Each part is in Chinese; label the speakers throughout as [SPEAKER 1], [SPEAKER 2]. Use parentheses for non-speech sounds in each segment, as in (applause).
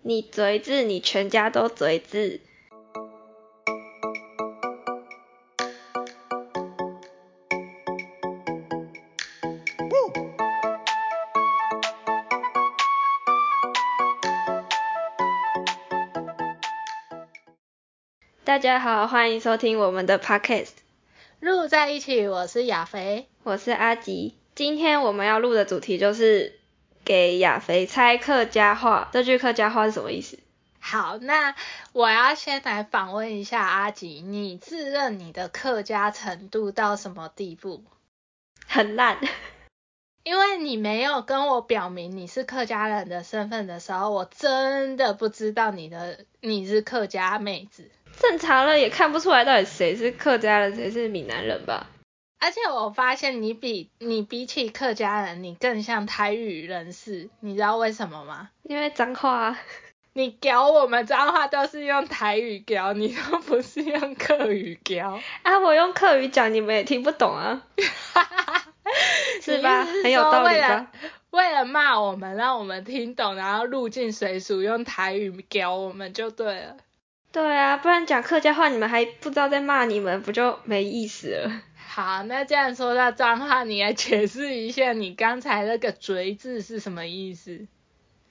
[SPEAKER 1] 你贼字，你全家都贼字。大家好，欢迎收听我们的 podcast，
[SPEAKER 2] 录在一起，我是亚肥。
[SPEAKER 1] 我是阿吉。今天我们要录的主题就是给亚肥猜客家话。这句客家话是什么意思？
[SPEAKER 2] 好，那我要先来访问一下阿吉，你自认你的客家程度到什么地步？
[SPEAKER 1] 很烂。
[SPEAKER 2] 因为你没有跟我表明你是客家人的身份的时候，我真的不知道你的你是客家妹子。
[SPEAKER 1] 正常人也看不出来到底谁是客家人，谁是闽南人吧？
[SPEAKER 2] 而且我发现你比你比起客家人，你更像台语人士，你知道为什么吗？
[SPEAKER 1] 因为脏话、啊， (laughs)
[SPEAKER 2] 你屌我们脏话都是用台语屌，你都不是用客语屌，
[SPEAKER 1] 啊，我用客语讲你们也听不懂
[SPEAKER 2] (laughs)
[SPEAKER 1] 啊， (laughs) 是吧？
[SPEAKER 2] 你意思是啊
[SPEAKER 1] 很有道
[SPEAKER 2] 说
[SPEAKER 1] 理
[SPEAKER 2] 为了
[SPEAKER 1] 吧？
[SPEAKER 2] 为了骂我们，让我们听懂，然后入境随俗，用台语屌我们就对了。
[SPEAKER 1] 对啊，不然讲客家话你们还不知道在骂你们，不就没意思了？ (laughs)
[SPEAKER 2] 好，那既然说到脏话，你来解释一下你刚才那个“锤”字是什么意思？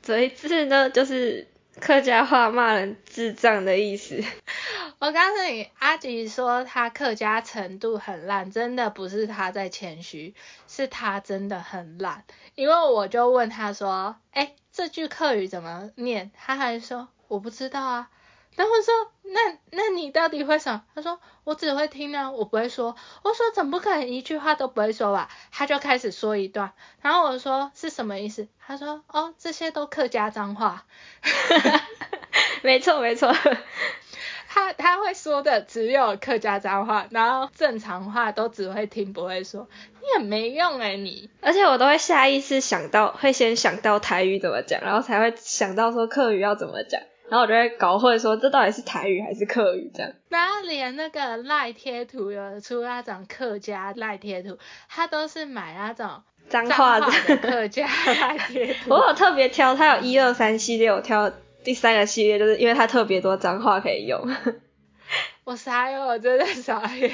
[SPEAKER 1] 嘴字呢，就是客家话骂人智障的意思。 (laughs)
[SPEAKER 2] (laughs) 我告诉你，阿吉说他客家程度很烂，真的不是他在谦虚，是他真的很烂。因为我就问他说：“哎，这句客语怎么念？”他还说：“我不知道啊。”然后我说：“那那你到底会什么？”他说：“我只会听啊，我不会说。”我说：“怎么可能一句话都不会说吧？”他就开始说一段，然后我说：“是什么意思？”他说：“哦，这些都客家脏话。” (laughs)
[SPEAKER 1] 没错没错， (laughs)
[SPEAKER 2] 他他会说的只有客家脏话，然后正常话都只会听不会说，你很没用哎、你。
[SPEAKER 1] 而且我都会下意识想到，会先想到台语怎么讲，然后才会想到说客语要怎么讲，然后我就会搞混说这到底是台语还是客语这样。
[SPEAKER 2] 然后连那个赖贴图，有的出那种客家赖贴图，他都是买那种
[SPEAKER 1] 脏
[SPEAKER 2] 脏
[SPEAKER 1] 话
[SPEAKER 2] 话
[SPEAKER 1] 的
[SPEAKER 2] 的客家赖贴 (laughs) 图。
[SPEAKER 1] 我有特别挑，它有一二三系列，我挑第三个系列，就是因为它特别多脏话可以用。 (laughs)
[SPEAKER 2] 我傻眼，我真的傻眼。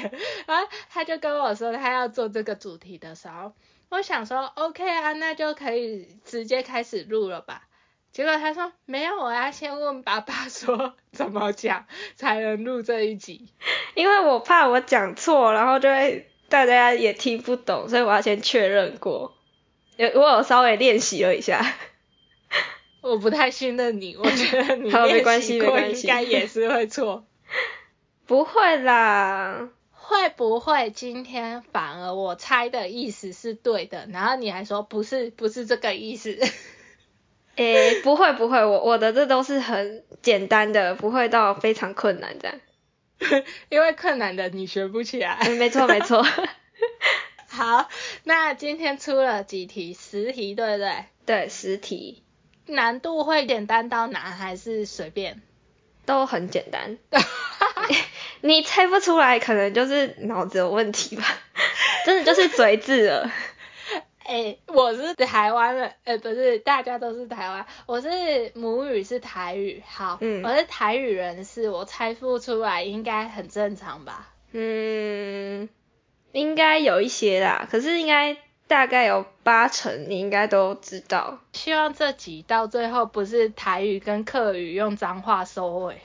[SPEAKER 2] 然后他就跟我说他要做这个主题的时候，我想说 OK 啊，那就可以直接开始录了吧。结果他说没有，我要先问爸爸说 (laughs) 怎么讲才能录这一集。
[SPEAKER 1] 因为我怕我讲错，然后就会大家也听不懂，所以我要先确认过。有我有稍微练习了一下， (laughs)
[SPEAKER 2] 我不太信任你，我觉得你 (laughs)
[SPEAKER 1] 好没
[SPEAKER 2] 练
[SPEAKER 1] 关系
[SPEAKER 2] 习
[SPEAKER 1] 没
[SPEAKER 2] 过
[SPEAKER 1] 关
[SPEAKER 2] 应
[SPEAKER 1] 系
[SPEAKER 2] 该也是会错。
[SPEAKER 1] 不会啦，
[SPEAKER 2] (laughs) 会不会今天反而我猜的意思是对的，然后你还说不是不是这个意思？ (laughs)
[SPEAKER 1] 诶、不会不会，我我的这都是很简单的，不会到非常困难这样。
[SPEAKER 2] 因为困难的你学不起 (laughs) 来。
[SPEAKER 1] 嗯没错没错， (laughs)
[SPEAKER 2] (laughs) 好，那今天出了几题？十题，对不对？
[SPEAKER 1] 对，实体
[SPEAKER 2] 难度会简单到难还是随便？ (laughs)
[SPEAKER 1] 都很简单， (laughs) 你猜不出来，可能就是脑子有问题吧，真的就是嘴字了。
[SPEAKER 2] 哎、我是台湾人，呃，不是，大家都是台湾，我是母语是台语，好，
[SPEAKER 1] 嗯
[SPEAKER 2] 我是台语人士，我猜不出来应该很正常吧？
[SPEAKER 1] 嗯，应该有一些啦，可是应该大概有八成你应该都知道。 (laughs)
[SPEAKER 2] 希望这集到最后不是台语跟客语用脏话收尾，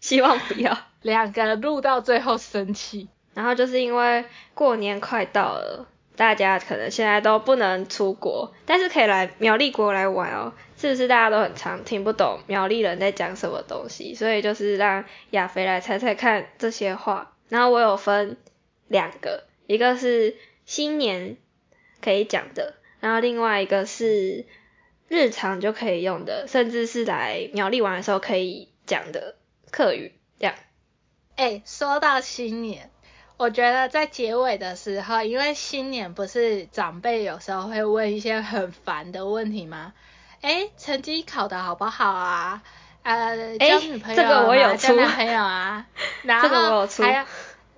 [SPEAKER 1] 希望不要。
[SPEAKER 2] 两个录到最后生气。
[SPEAKER 1] 然后就是因为过年快到了，大家可能现在都不能出国，但是可以来苗栗国来玩哦。是不是大家都很常听不懂苗栗人在讲什么东西？所以就是让亚肥来猜猜看这些话。然后我有分两个，一个是新年可以讲的，然后另外一个是日常就可以用的，甚至是来苗栗玩的时候可以讲的客语。这样，
[SPEAKER 2] 哎、说到新年，我觉得在结尾的时候，因为新年不是长辈有时候会问一些很烦的问题吗？哎、成绩考得好不好啊？呃，
[SPEAKER 1] 哎
[SPEAKER 2] 交女朋友、
[SPEAKER 1] 这个我有
[SPEAKER 2] 交
[SPEAKER 1] 出
[SPEAKER 2] 男朋
[SPEAKER 1] (laughs)
[SPEAKER 2] 友啊，然
[SPEAKER 1] 这个我有
[SPEAKER 2] 后
[SPEAKER 1] 出
[SPEAKER 2] 还要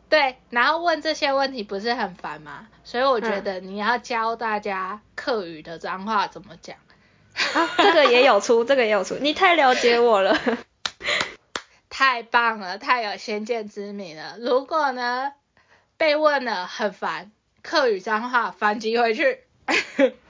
[SPEAKER 2] 对，然后问这些问题不是很烦吗？所以我觉
[SPEAKER 1] 嗯
[SPEAKER 2] 得你要教大家课语的脏话怎么讲。
[SPEAKER 1] 啊，这个也有出，这个也有出，你太了解我了。
[SPEAKER 2] 太棒了，太有先见之明了。如果呢被问了很烦，客语脏话反击回去。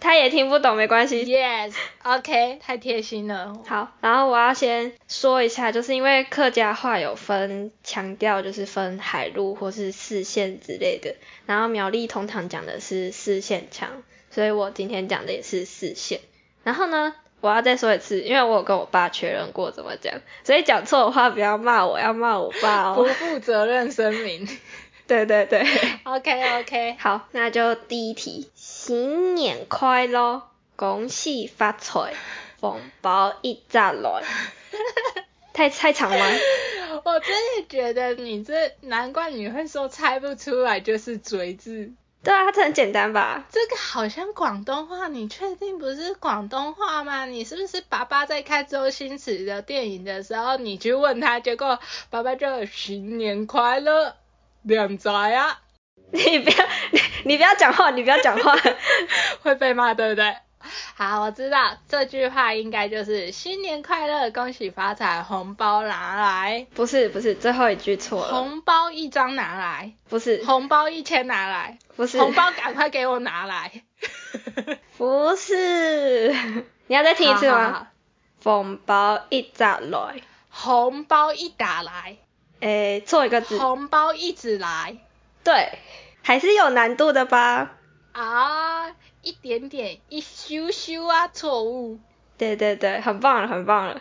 [SPEAKER 1] 他也听不懂，没关系。
[SPEAKER 2] Yes，OK，、太贴心了。
[SPEAKER 1] 好，然后我要先说一下，就是因为客家话有分强调，就是分海陆或是四线之类的，然后苗栗通常讲的是四线腔，所以我今天讲的也是四线。然后呢，我要再说一次，因为我有跟我爸确认过怎么讲，所以讲错的话不要骂我，要骂我爸
[SPEAKER 2] 不
[SPEAKER 1] 哦。
[SPEAKER 2] 负责任声明。
[SPEAKER 1] 对对对，
[SPEAKER 2] OK OK，
[SPEAKER 1] 好，那就第一题，新年快乐，恭喜发财，红包一扎
[SPEAKER 2] (laughs)
[SPEAKER 1] 来。太太长吗？
[SPEAKER 2] 我真的觉得你这难怪你会说猜不出来就是追字。
[SPEAKER 1] 对啊，这很简单吧？ (laughs)
[SPEAKER 2] 这个好像广东话，你确定不是广东话吗？你是不是爸爸在看周星驰的电影的时候，你去问他，结果爸爸就新年快乐，两仔啊，
[SPEAKER 1] 你不要， (laughs) 你你不要讲话，你不要
[SPEAKER 2] (laughs)
[SPEAKER 1] 讲话。
[SPEAKER 2] 会被骂对不对？好，我知道这句话应该就是新年快乐，恭喜发财，红包拿来，
[SPEAKER 1] 不是不是，最后一句错了。
[SPEAKER 2] 红包一张拿来，
[SPEAKER 1] 不是
[SPEAKER 2] 红包一千拿来，
[SPEAKER 1] 不是
[SPEAKER 2] 红包赶快给我拿来。
[SPEAKER 1] 不
[SPEAKER 2] (laughs)
[SPEAKER 1] 是，你要再 (laughs) 听一次
[SPEAKER 2] 好好好
[SPEAKER 1] 吗？红包一扎来，
[SPEAKER 2] 红包一打来，
[SPEAKER 1] 诶，错一个字，
[SPEAKER 2] 红包一直来
[SPEAKER 1] 对，还是有难度的吧？
[SPEAKER 2] 啊，一点点一咻咻啊，错误
[SPEAKER 1] 对对对，很棒了，很棒了。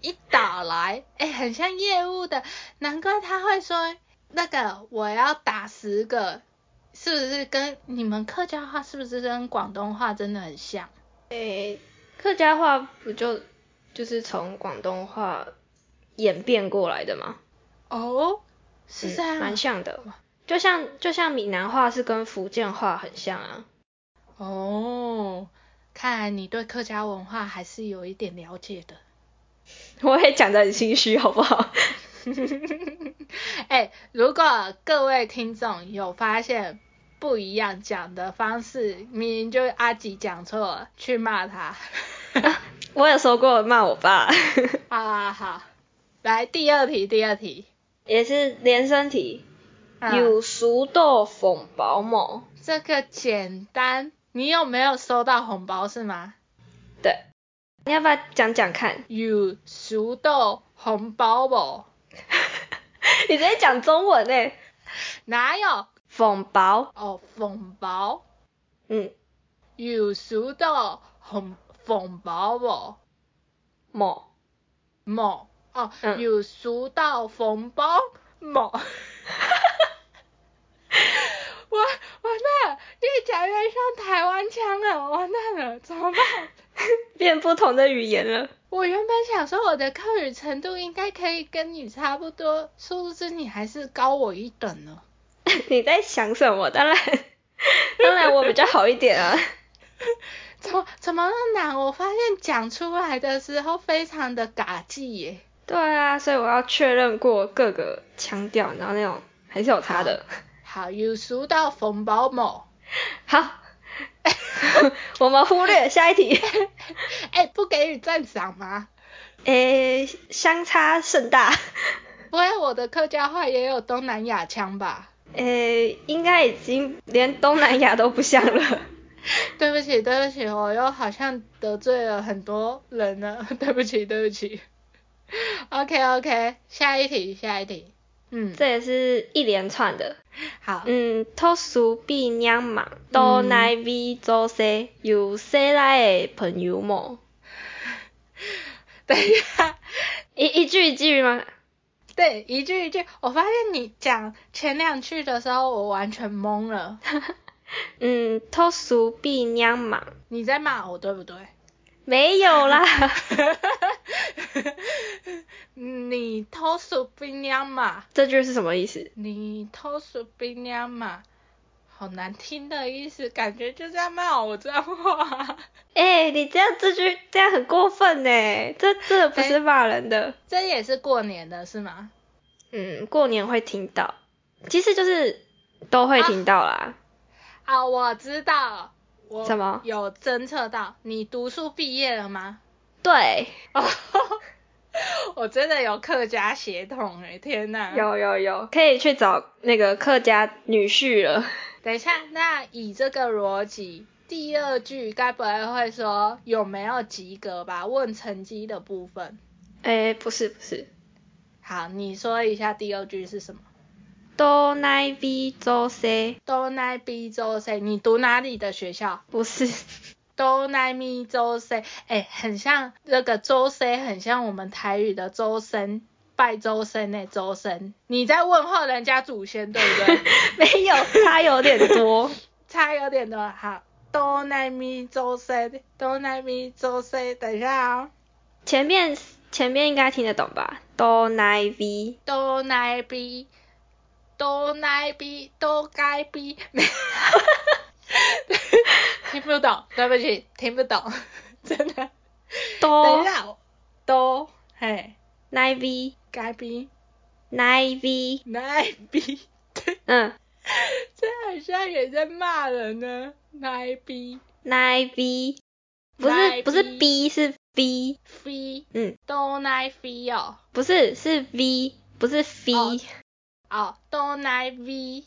[SPEAKER 2] 一打来，哎、很像业务的，难怪他会说那个我要打十个，是不是跟你们客家话是不是跟广东话真的很像？
[SPEAKER 1] 诶，客家话不就就是从广东话演变过来的吗？嗯
[SPEAKER 2] 哦，是这样
[SPEAKER 1] 蛮
[SPEAKER 2] 啊、
[SPEAKER 1] 像的，就像就像闽南话是跟福建话很像啊。 (laughs)
[SPEAKER 2] 哦，看来你对客家文化还是有一点了解的。
[SPEAKER 1] 我也讲的很心虚，好不好？ (laughs)
[SPEAKER 2] (laughs) 哎、如果各位听众有发现不一样讲的方式，明明就是阿吉讲错了，去骂他。
[SPEAKER 1] 啊我有说过骂我爸， (laughs)
[SPEAKER 2] 好好好，来第二题，第二题。
[SPEAKER 1] 也是连身体。
[SPEAKER 2] 啊
[SPEAKER 1] 有熟豆粉薄膜，
[SPEAKER 2] 这个简单，你有没有收到红包是吗？
[SPEAKER 1] 对，你要不要讲讲看？ (laughs)
[SPEAKER 2] 有熟豆红包不？
[SPEAKER 1] 你直接讲中文诶、
[SPEAKER 2] (laughs) 哪有？
[SPEAKER 1] 粉薄，
[SPEAKER 2] 哦，红包
[SPEAKER 1] 嗯，
[SPEAKER 2] 有熟豆红红包不？
[SPEAKER 1] 膜，
[SPEAKER 2] 某哦，
[SPEAKER 1] 嗯
[SPEAKER 2] 有熟到红包 (laughs) 某。完完蛋了，越讲越像台湾腔了，完蛋了，怎么办？
[SPEAKER 1] 变不同的语言了。
[SPEAKER 2] 我原本想说我的口语程度应该可以跟你差不多，殊不知你还是高我一等呢。
[SPEAKER 1] (laughs) 你在想什么？当然， (laughs) 当然我比较好一点 (laughs) 啊。
[SPEAKER 2] 怎么怎么那么难？我发现讲出来的时候非常的嘎叽耶。
[SPEAKER 1] 对啊，所以我要确认过各个腔调，然后那种还是有差 (laughs) 的。
[SPEAKER 2] 好，有熟到红包某。
[SPEAKER 1] 好， (laughs) 我们忽略下一 (laughs) 题。
[SPEAKER 2] 哎、不给予赞赏吗？
[SPEAKER 1] 诶、相差甚大。
[SPEAKER 2] 不会，我的客家话也有东南亚腔吧？
[SPEAKER 1] 诶、应该已经连东南亚都不像了。
[SPEAKER 2] 对不起，对不起，我又好像得罪了很多人了， (laughs) 对不起，对不起。OK OK，下一题，下一题。嗯，
[SPEAKER 1] (laughs) 这也是一连串的。
[SPEAKER 2] 好，
[SPEAKER 1] 嗯，特殊必娘忙，多奈 V 周 C 有 C 来的朋友们， (laughs)
[SPEAKER 2] 等一下，
[SPEAKER 1] 一一句一句吗？
[SPEAKER 2] 对，一句一句，我发现你讲前两句的时候，我完全懵了。
[SPEAKER 1] 嗯，特殊必娘忙，
[SPEAKER 2] 你在骂我对不对？ (laughs)
[SPEAKER 1] 没有啦。 (laughs)
[SPEAKER 2] 你偷鼠冰娘嘛？
[SPEAKER 1] 这句是什么意思？
[SPEAKER 2] 你偷鼠冰娘嘛？好难听的意思，感觉就在骂我脏话。 (laughs)
[SPEAKER 1] 哎、你这样这句这样很过分呢，这这不是骂人的。
[SPEAKER 2] 这也是过年的是吗？
[SPEAKER 1] 嗯，过年会听到，其实就是都会听到啦。
[SPEAKER 2] 啊，我知道，我
[SPEAKER 1] 什么
[SPEAKER 2] 有侦测到你读书毕业了吗？
[SPEAKER 1] 对，
[SPEAKER 2] 哦， (laughs) 我真的有客家血统哎、天哪！
[SPEAKER 1] 有有有，可以去找那个客家女婿
[SPEAKER 2] (laughs)
[SPEAKER 1] 了。
[SPEAKER 2] 等一下，那以这个逻辑，第二句该不会会说有没有及格吧？问成绩的部分。
[SPEAKER 1] 哎，不是不是，
[SPEAKER 2] 好，你说一下第二句是什么？
[SPEAKER 1] 都奈比周 C，
[SPEAKER 2] 都奈比州 C，你读哪里的学校？
[SPEAKER 1] 不是，
[SPEAKER 2] 都奈咪州 C，哎，很像那个周 C，很像我们台语的周生，拜周生那、周生。你在问候人家祖先，对不对？
[SPEAKER 1] (laughs) 没有，差有点多。
[SPEAKER 2] 差有点多，好。哆来咪周 C，哆来咪周 C，等一下哦。
[SPEAKER 1] 前面前面应该听得懂吧？都奈比，
[SPEAKER 2] 哆来咪，哆来咪，哆该咪，听不懂，对不起，听不懂， (laughs) 真的。等
[SPEAKER 1] 都
[SPEAKER 2] 一下，哆嘿，
[SPEAKER 1] 奈比
[SPEAKER 2] 该逼
[SPEAKER 1] 奈比，
[SPEAKER 2] 奶逼，对，
[SPEAKER 1] 嗯，
[SPEAKER 2] 这好像也在骂人呢，奶逼
[SPEAKER 1] 奈比，不
[SPEAKER 2] 奶
[SPEAKER 1] 是不是 B
[SPEAKER 2] 逼
[SPEAKER 1] 是 V，
[SPEAKER 2] 飞，
[SPEAKER 1] 嗯，
[SPEAKER 2] 哆奶飞哦。
[SPEAKER 1] 不是是 V，不是 V，、
[SPEAKER 2] 哦哦，豆奶 V，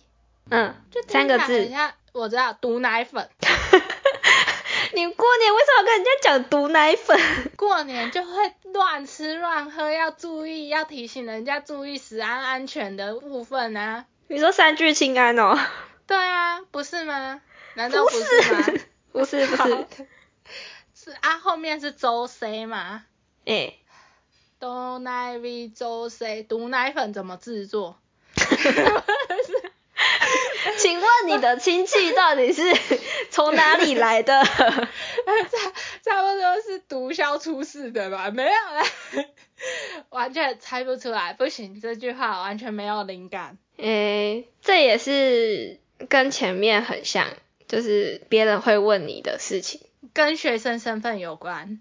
[SPEAKER 1] 嗯
[SPEAKER 2] 就，听
[SPEAKER 1] 三个
[SPEAKER 2] 起来很
[SPEAKER 1] 字。
[SPEAKER 2] 像我知道毒奶粉，
[SPEAKER 1] (laughs) 你过年为什么要跟人家讲毒奶粉？
[SPEAKER 2] 过年就会乱吃乱喝，要注意，要提醒人家注意食安安全的部分啊。
[SPEAKER 1] 你说三聚氰胺哦？
[SPEAKER 2] 对啊，不是吗？难道不是吗？
[SPEAKER 1] 不是不是
[SPEAKER 2] 好，是啊，后面是周 C 嘛？
[SPEAKER 1] 哎，
[SPEAKER 2] 豆奶 V 周 C，毒奶粉怎么制 (laughs) 作？
[SPEAKER 1] 请问你的亲戚到底
[SPEAKER 2] (laughs)
[SPEAKER 1] 是从哪里来的？
[SPEAKER 2] 差差不多是毒枭出事的吧？没有啦，完全猜不出来，不行，这句话完全没有灵感。
[SPEAKER 1] 诶，这也是跟前面很像，就是别人会问你的事情。
[SPEAKER 2] 跟学生身份有关，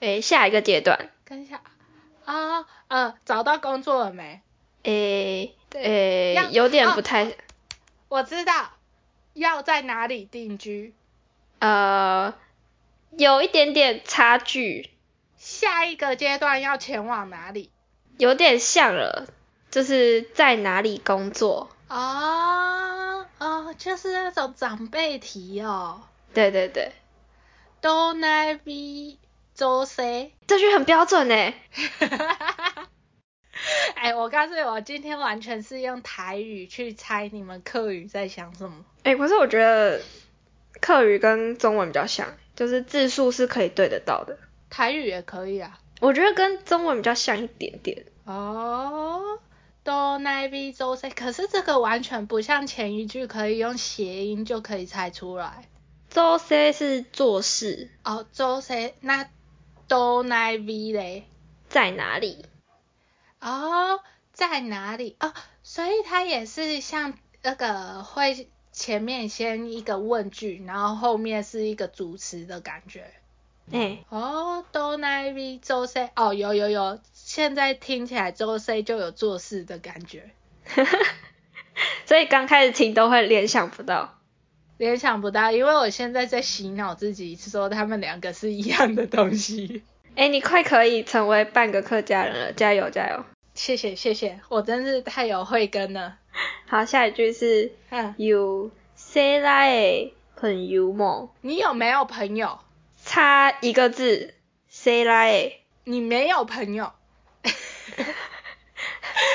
[SPEAKER 1] 诶，下一个阶段，
[SPEAKER 2] 跟一下啊、呃，找到工作了没？
[SPEAKER 1] 诶
[SPEAKER 2] 对
[SPEAKER 1] 诶
[SPEAKER 2] 要，
[SPEAKER 1] 有点
[SPEAKER 2] 哦
[SPEAKER 1] 不太、
[SPEAKER 2] 我知道要在哪里定居。
[SPEAKER 1] 呃，有一点点差距，
[SPEAKER 2] 下一个阶段要前往哪里？
[SPEAKER 1] 有点像了，就是在哪里工作。
[SPEAKER 2] 哦哦，就是那种长辈题哦。
[SPEAKER 1] 对对对，
[SPEAKER 2] 都奈 V 周 C，
[SPEAKER 1] 这句很标准欸诶。
[SPEAKER 2] (laughs) 哎、我告诉你，我今天完全是用台语去猜你们客语在想什么。
[SPEAKER 1] 诶，可是我觉得客语跟中文比较像，就是字数是可以对得到的。
[SPEAKER 2] 台语也可以啊。
[SPEAKER 1] 我觉得跟中文比较像一点点。
[SPEAKER 2] 哦，哆来咪周 C，可是这个完全不像前一句可以用谐音就可以猜出来。
[SPEAKER 1] 周 C 是做事
[SPEAKER 2] 哦，周 C，那哆来咪嘞？
[SPEAKER 1] 在哪里？
[SPEAKER 2] 哦，在哪里？哦，所以它也是像那个会前面先一个问句，然后后面是一个主词的感觉。
[SPEAKER 1] 哎、
[SPEAKER 2] 哦，哆来咪周 C，哦，有有有，现在听起来周 C 就有做事的感觉，
[SPEAKER 1] (laughs) 所以刚开始听都会联想不到。
[SPEAKER 2] 联想不到，因为我现在在洗脑自己，说他们两个是一样的东西。
[SPEAKER 1] 哎、你快可以成为半个客家人了，加油加油！
[SPEAKER 2] 谢谢谢谢，我真是太有慧根了。
[SPEAKER 1] 好，下一句是
[SPEAKER 2] 嗯，
[SPEAKER 1] 有谁来的朋友吗？
[SPEAKER 2] 你有没有朋友？
[SPEAKER 1] 差一个字，谁来的？
[SPEAKER 2] 你没有朋
[SPEAKER 1] (laughs)
[SPEAKER 2] 友，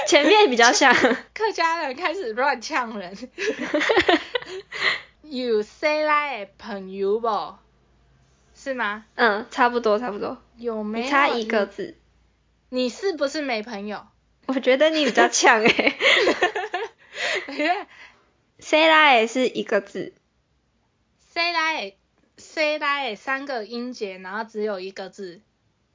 [SPEAKER 1] 前面比较
[SPEAKER 2] (laughs)
[SPEAKER 1] 像，
[SPEAKER 2] 客家人开始乱呛人。
[SPEAKER 1] (laughs)
[SPEAKER 2] 有谁来的朋友不？是吗？
[SPEAKER 1] 嗯，差不多差不多，
[SPEAKER 2] 有没有？
[SPEAKER 1] 你差一个字。
[SPEAKER 2] 你，你是不是没
[SPEAKER 1] (laughs)
[SPEAKER 2] 朋友？
[SPEAKER 1] 我觉得你比较呛哎、
[SPEAKER 2] (laughs)
[SPEAKER 1] 谁来的是一个字，
[SPEAKER 2] 谁来的？谁来的？三个音节，然后只有一个字。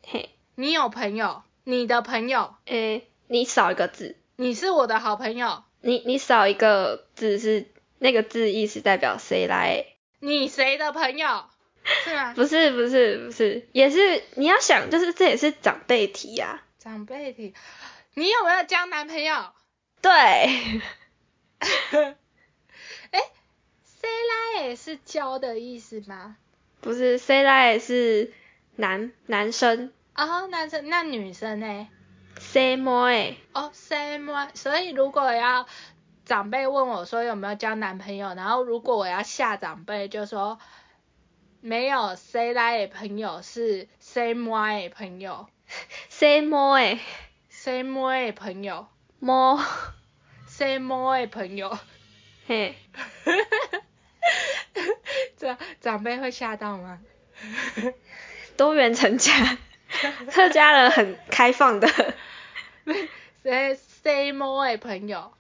[SPEAKER 1] 嘿，
[SPEAKER 2] 你有朋友，你的朋友，
[SPEAKER 1] 诶、你少一个字，
[SPEAKER 2] 你是我的好朋友，
[SPEAKER 1] 你你少一个字是那个字意是代表谁来的？
[SPEAKER 2] 你谁的朋友？是吗？
[SPEAKER 1] 不是不是不是，也是你要想，就是这也是长辈啊题呀、
[SPEAKER 2] 长辈题，你有没有交 (laughs) 男朋友？
[SPEAKER 1] 对，
[SPEAKER 2] 哎，塞拉也是教的意思吗？
[SPEAKER 1] 不是 C 拉也是男男生
[SPEAKER 2] 哦，那是那女生呢？
[SPEAKER 1] ，C 摸欸诶，
[SPEAKER 2] 哦，same one。所以如果要长辈问我说有没有交男朋友，然后如果我要吓长辈，就说没有 say 来的朋友是 same one 的朋友
[SPEAKER 1] C 哎摸诶，
[SPEAKER 2] ，same one 的朋友
[SPEAKER 1] 摸，
[SPEAKER 2] ，same one 的朋友。 (laughs)
[SPEAKER 1] 嘿，
[SPEAKER 2] 这长辈会吓到吗？
[SPEAKER 1] 多元成家，客家人很开放的，
[SPEAKER 2] 所以 same one 的欸朋友，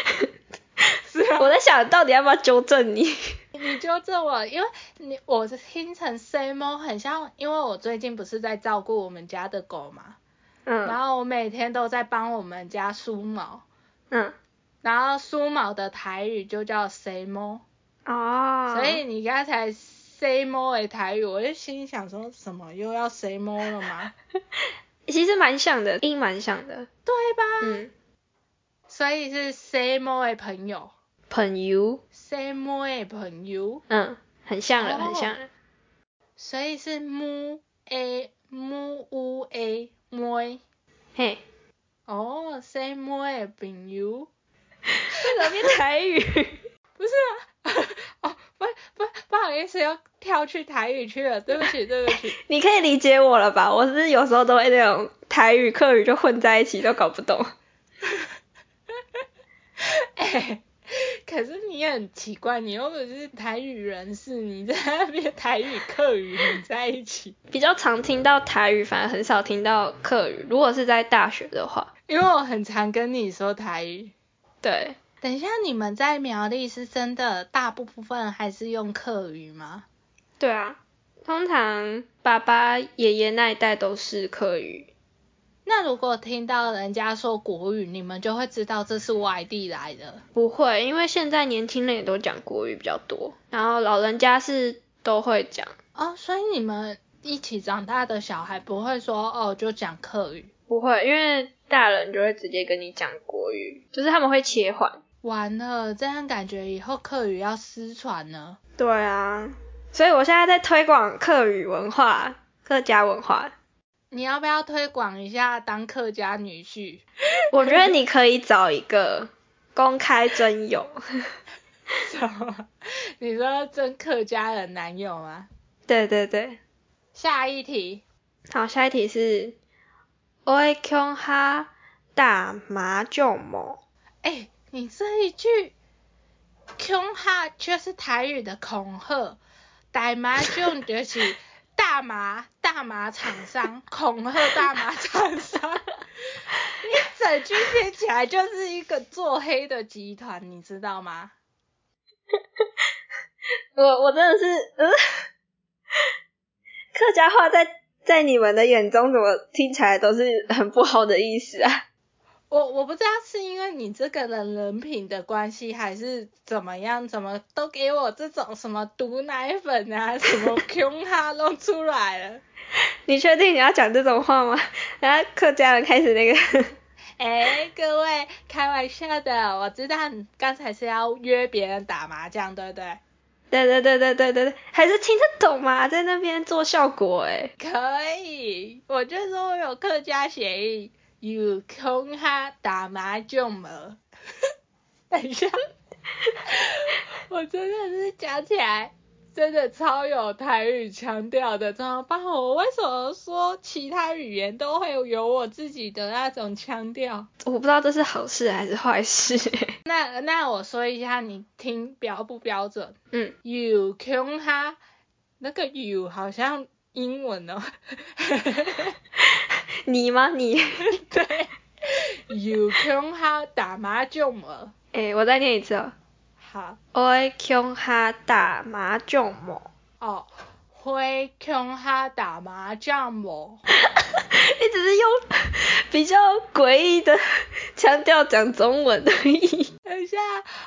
[SPEAKER 2] (laughs) 是啊
[SPEAKER 1] 我在想到底要不要纠正
[SPEAKER 2] (laughs)
[SPEAKER 1] 你？
[SPEAKER 2] 你纠正我，因为你我是听成 same one 很像，因为我最近不是在照顾我们家的狗嘛。然
[SPEAKER 1] 嗯
[SPEAKER 2] 后我每天都在帮我们家梳毛，
[SPEAKER 1] 嗯，
[SPEAKER 2] 然后梳毛的台语就叫 “say mo”，、
[SPEAKER 1] 哦，
[SPEAKER 2] 所以你刚才 “say mo” 的台语，我就心里想说，什么又要 “say mo”
[SPEAKER 1] (laughs)
[SPEAKER 2] 了吗？
[SPEAKER 1] 其实蛮像的，音蛮像的，
[SPEAKER 2] 对吧？
[SPEAKER 1] 嗯，
[SPEAKER 2] 所以是 “say mo” 的朋友
[SPEAKER 1] 朋友，
[SPEAKER 2] ，“say mo” 的朋友，
[SPEAKER 1] 嗯，很像了，
[SPEAKER 2] 哦
[SPEAKER 1] 很像了，
[SPEAKER 2] 所以是 “mu a mu u a mo”。
[SPEAKER 1] (laughs) 嘿，
[SPEAKER 2] 哦，“say mo” 的朋友，
[SPEAKER 1] 为什么变台语？ (laughs)
[SPEAKER 2] 不是啊？哦，不不不好意思，又跳去台语去了，对不 (laughs) 起，对不起。
[SPEAKER 1] 你可以理解我了吧？我是有时候都会那种台语、客语就混在一起，都搞不懂。
[SPEAKER 2] 哎，可是你也很奇怪，你又不是台语人士，你在那边台语、客语混在一起。
[SPEAKER 1] 比较常听到台语，反而很少听到客语。如果是在大学的话，
[SPEAKER 2] 因为我很常跟你说台语。
[SPEAKER 1] 对，
[SPEAKER 2] 等一下，你们在苗栗是真的大部分还是用客语吗？
[SPEAKER 1] 对啊，通常爸爸、爷爷那一代都是客语。
[SPEAKER 2] 那如果听到人家说国语，你们就会知道这是外地来的。
[SPEAKER 1] 不会，因为现在年轻人也都讲国语比较多，然后老人家是都会讲。
[SPEAKER 2] 哦，所以你们一起长大的小孩不会说哦，就讲客语。
[SPEAKER 1] 不会，因为大人就会直接跟你讲国语，就是他们会切换。
[SPEAKER 2] 完了，这样感觉以后客语要失传了。
[SPEAKER 1] 对啊，所以我现在在推广客语文化、客家文化。
[SPEAKER 2] 你要不要推广一下当客家女婿？
[SPEAKER 1] 我觉得你可以找一个公开征友，
[SPEAKER 2] 什么？你说真客家人男友吗？
[SPEAKER 1] 对对对。
[SPEAKER 2] 下一题，
[SPEAKER 1] 好，下一题是 o i k o n 哈打麻将么？
[SPEAKER 2] 哎、你这一句恐吓就是台语的恐吓，大麻将就是大麻大麻厂商恐吓大麻厂商，你整句听起来就是一个做黑的集团，你知道吗？
[SPEAKER 1] 我我真的是，嗯，客家话在在你们的眼中怎么听起来都是很不好的意思啊？
[SPEAKER 2] 我我不知道是因为你这个人人品的关系，还是怎么样，怎么都给我这种什么毒奶粉啊，什么 Q 哈弄出来了。
[SPEAKER 1] 你确定你要讲这种话吗？然后客家人开始那个
[SPEAKER 2] (laughs) 哎，各位开玩笑的，我知道你刚才是要约别人打麻将，对不对？
[SPEAKER 1] 对对对对对对对，还是听得懂嘛，在那边做效果哎、
[SPEAKER 2] 可以，我就说我有客家协议，有 Q 哈打麻将吗？ (laughs) 等一下， (laughs) 我真的是讲起来真的超有台语腔调的，怎么办？我为什么说其他语言都会有我自己的那种腔调？
[SPEAKER 1] 我不知道这是好事还是坏事、
[SPEAKER 2] 那那我说一下，你听标不标准？
[SPEAKER 1] 嗯，
[SPEAKER 2] 有 Q 哈，那个有好像英文哦，
[SPEAKER 1] 你吗你？
[SPEAKER 2] 对，有 Q 哈打麻将哦吗？
[SPEAKER 1] 哎、我再念一次哦。
[SPEAKER 2] 好。
[SPEAKER 1] 我恐哈打麻将 (laughs) 么？
[SPEAKER 2] 哦，会恐他打麻将哦么？
[SPEAKER 1] 你只是用比较诡异的腔调讲中文而已。
[SPEAKER 2] 等一下，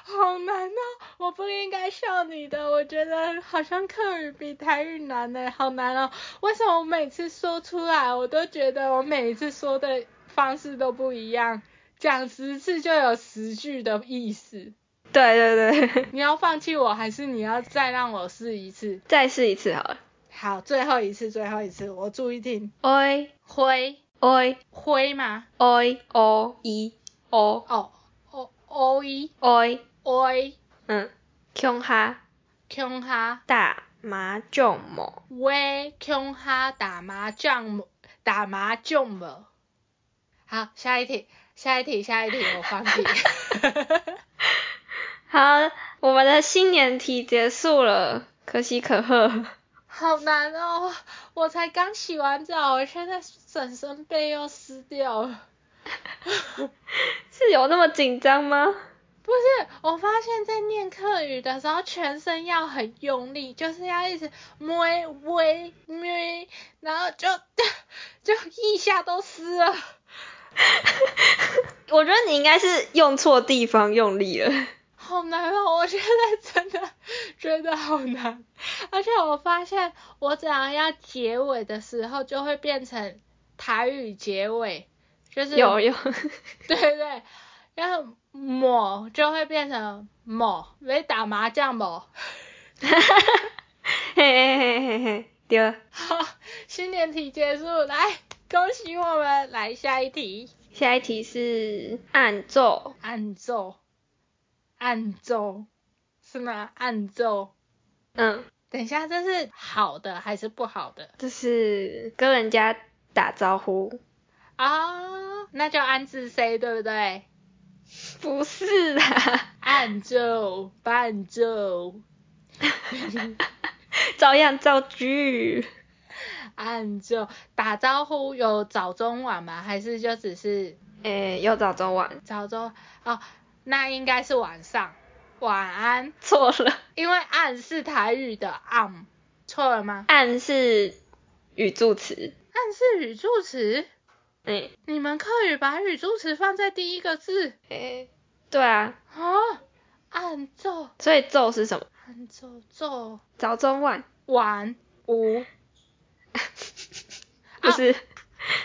[SPEAKER 2] 好难哦！我不应该笑你的，我觉得好像客语比台语难呢，好难哦！为什么我每次说出来，我都觉得我每一次说的方式都不一样，讲十次就有十句的意思。
[SPEAKER 1] 对对对，
[SPEAKER 2] 你要放弃我，还是你要再让我试一次？
[SPEAKER 1] 再试一次好了。
[SPEAKER 2] 好，最后一次，最后一次，我注意听。
[SPEAKER 1] oi
[SPEAKER 2] 灰
[SPEAKER 1] oi
[SPEAKER 2] 灰吗？
[SPEAKER 1] oi o i o
[SPEAKER 2] 哦哦哦一
[SPEAKER 1] oi，
[SPEAKER 2] 哦一
[SPEAKER 1] 嗯，恐哈
[SPEAKER 2] 恐哈
[SPEAKER 1] 打麻将么？
[SPEAKER 2] 喂恐哈打麻将么打麻将么？好，下一题，下一题，下一题，我放弃。
[SPEAKER 1] 好，我们的新年题结束了，可喜可贺。 (laughs)
[SPEAKER 2] 好难哦！我才刚洗完澡，我现在整身被又湿掉了。
[SPEAKER 1] 是有那么紧张吗？
[SPEAKER 2] 不是，我发现在念课语的时候，全身要很用力，就是要一直摸微摸，然后就 (laughs) 就腋下都湿了。
[SPEAKER 1] 我觉得你应该是用错地方用力了。
[SPEAKER 2] 好难哦！我现在 (laughs) 真的觉得好难，而且我发现我只要要结尾的时候，就会变成台语结尾，就是
[SPEAKER 1] 有 (laughs) 有，
[SPEAKER 2] 对对对，然后某就会变成某，没打麻将某。
[SPEAKER 1] 嘿嘿嘿嘿嘿，对，
[SPEAKER 2] 好，新年题结束，来恭喜我们，来下一题，
[SPEAKER 1] 下一题是按奏，
[SPEAKER 2] 按奏，按奏，是吗？按奏，
[SPEAKER 1] 嗯，
[SPEAKER 2] 等一下，这是好的还是不好的
[SPEAKER 1] 就是跟人家打招呼，
[SPEAKER 2] 啊那就按字 C 对不对？
[SPEAKER 1] 不是啦，
[SPEAKER 2] 按奏，伴奏，
[SPEAKER 1] (laughs) 照样造句。
[SPEAKER 2] 按奏，打招呼有早中晚吗？还是就只是
[SPEAKER 1] 诶、又早中晚，
[SPEAKER 2] 早中哦，那应该是晚上，晚安，
[SPEAKER 1] 错了，
[SPEAKER 2] 因为暗是台语的暗，错了吗？
[SPEAKER 1] 按是语助词，
[SPEAKER 2] 暗是语助词，
[SPEAKER 1] 嗯，
[SPEAKER 2] 你们课语把语助词放在第一个字
[SPEAKER 1] 诶、对啊，
[SPEAKER 2] 啊？暗奏，
[SPEAKER 1] 所以奏是什么？
[SPEAKER 2] 暗奏奏
[SPEAKER 1] 早中 (laughs) 晚，
[SPEAKER 2] 晚午，
[SPEAKER 1] 就是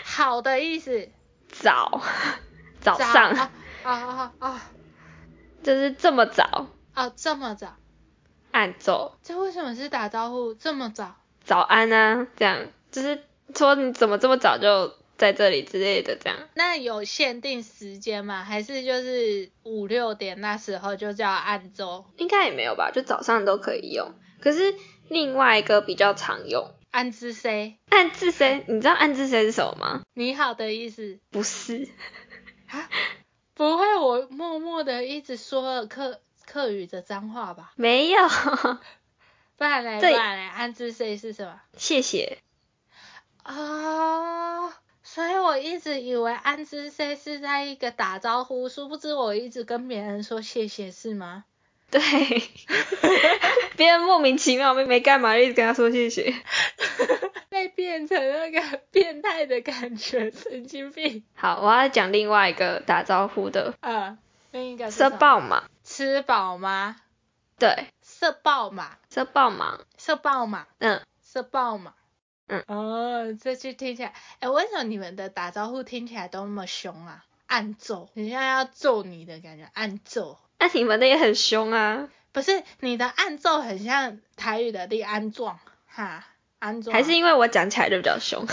[SPEAKER 2] 好的意思，
[SPEAKER 1] 早，早
[SPEAKER 2] 早
[SPEAKER 1] 上，
[SPEAKER 2] 啊啊啊啊
[SPEAKER 1] 就是这么早，
[SPEAKER 2] 啊，这么早，
[SPEAKER 1] 按奏。
[SPEAKER 2] 这为什么是打招呼这么早？
[SPEAKER 1] 早安啊，这样就是说你怎么这么早就在这里之类的，这样
[SPEAKER 2] 那有限定时间吗？还是就是五六点那时候就叫暗奏？
[SPEAKER 1] 应该也没有吧？就早上都可以用，可是另外一个比较常用，
[SPEAKER 2] 暗之 C，
[SPEAKER 1] 暗字 C，你知道暗字 C 是什么吗？
[SPEAKER 2] 你好的意思。
[SPEAKER 1] 不是，
[SPEAKER 2] 啊不会，我默默的一直说了客客语的脏话吧？
[SPEAKER 1] 没有，
[SPEAKER 2] 不然嘞，不
[SPEAKER 1] 对
[SPEAKER 2] 然嘞，暗之 C 是什么？
[SPEAKER 1] 谢谢，
[SPEAKER 2] 啊、所以我一直以为暗之 C 是在一个打招呼，殊不知我一直跟别人说谢谢是吗？
[SPEAKER 1] 对，别人莫名其妙没没干嘛，就一直跟他说谢谢，
[SPEAKER 2] (laughs) 被变成那个变态的感觉，神经病。
[SPEAKER 1] 好，我要讲另外一个打招呼的，
[SPEAKER 2] 呃，另一个是
[SPEAKER 1] 社
[SPEAKER 2] 什么？
[SPEAKER 1] 爆嘛，
[SPEAKER 2] 吃饱吗？
[SPEAKER 1] 对，
[SPEAKER 2] 社爆嘛，
[SPEAKER 1] 社爆嘛，
[SPEAKER 2] 社爆嘛，
[SPEAKER 1] 嗯，
[SPEAKER 2] 社爆嘛。
[SPEAKER 1] 嗯。
[SPEAKER 2] 哦，这句听起来，哎，为什么你们的打招呼听起来都那么凶啊？暗揍，人家要揍你的感觉，暗揍。
[SPEAKER 1] 那、啊你们的也很凶啊，
[SPEAKER 2] 不是你的暗揍很像台语的立安壮，哈，安壮
[SPEAKER 1] 还是因为我讲起来就比较凶。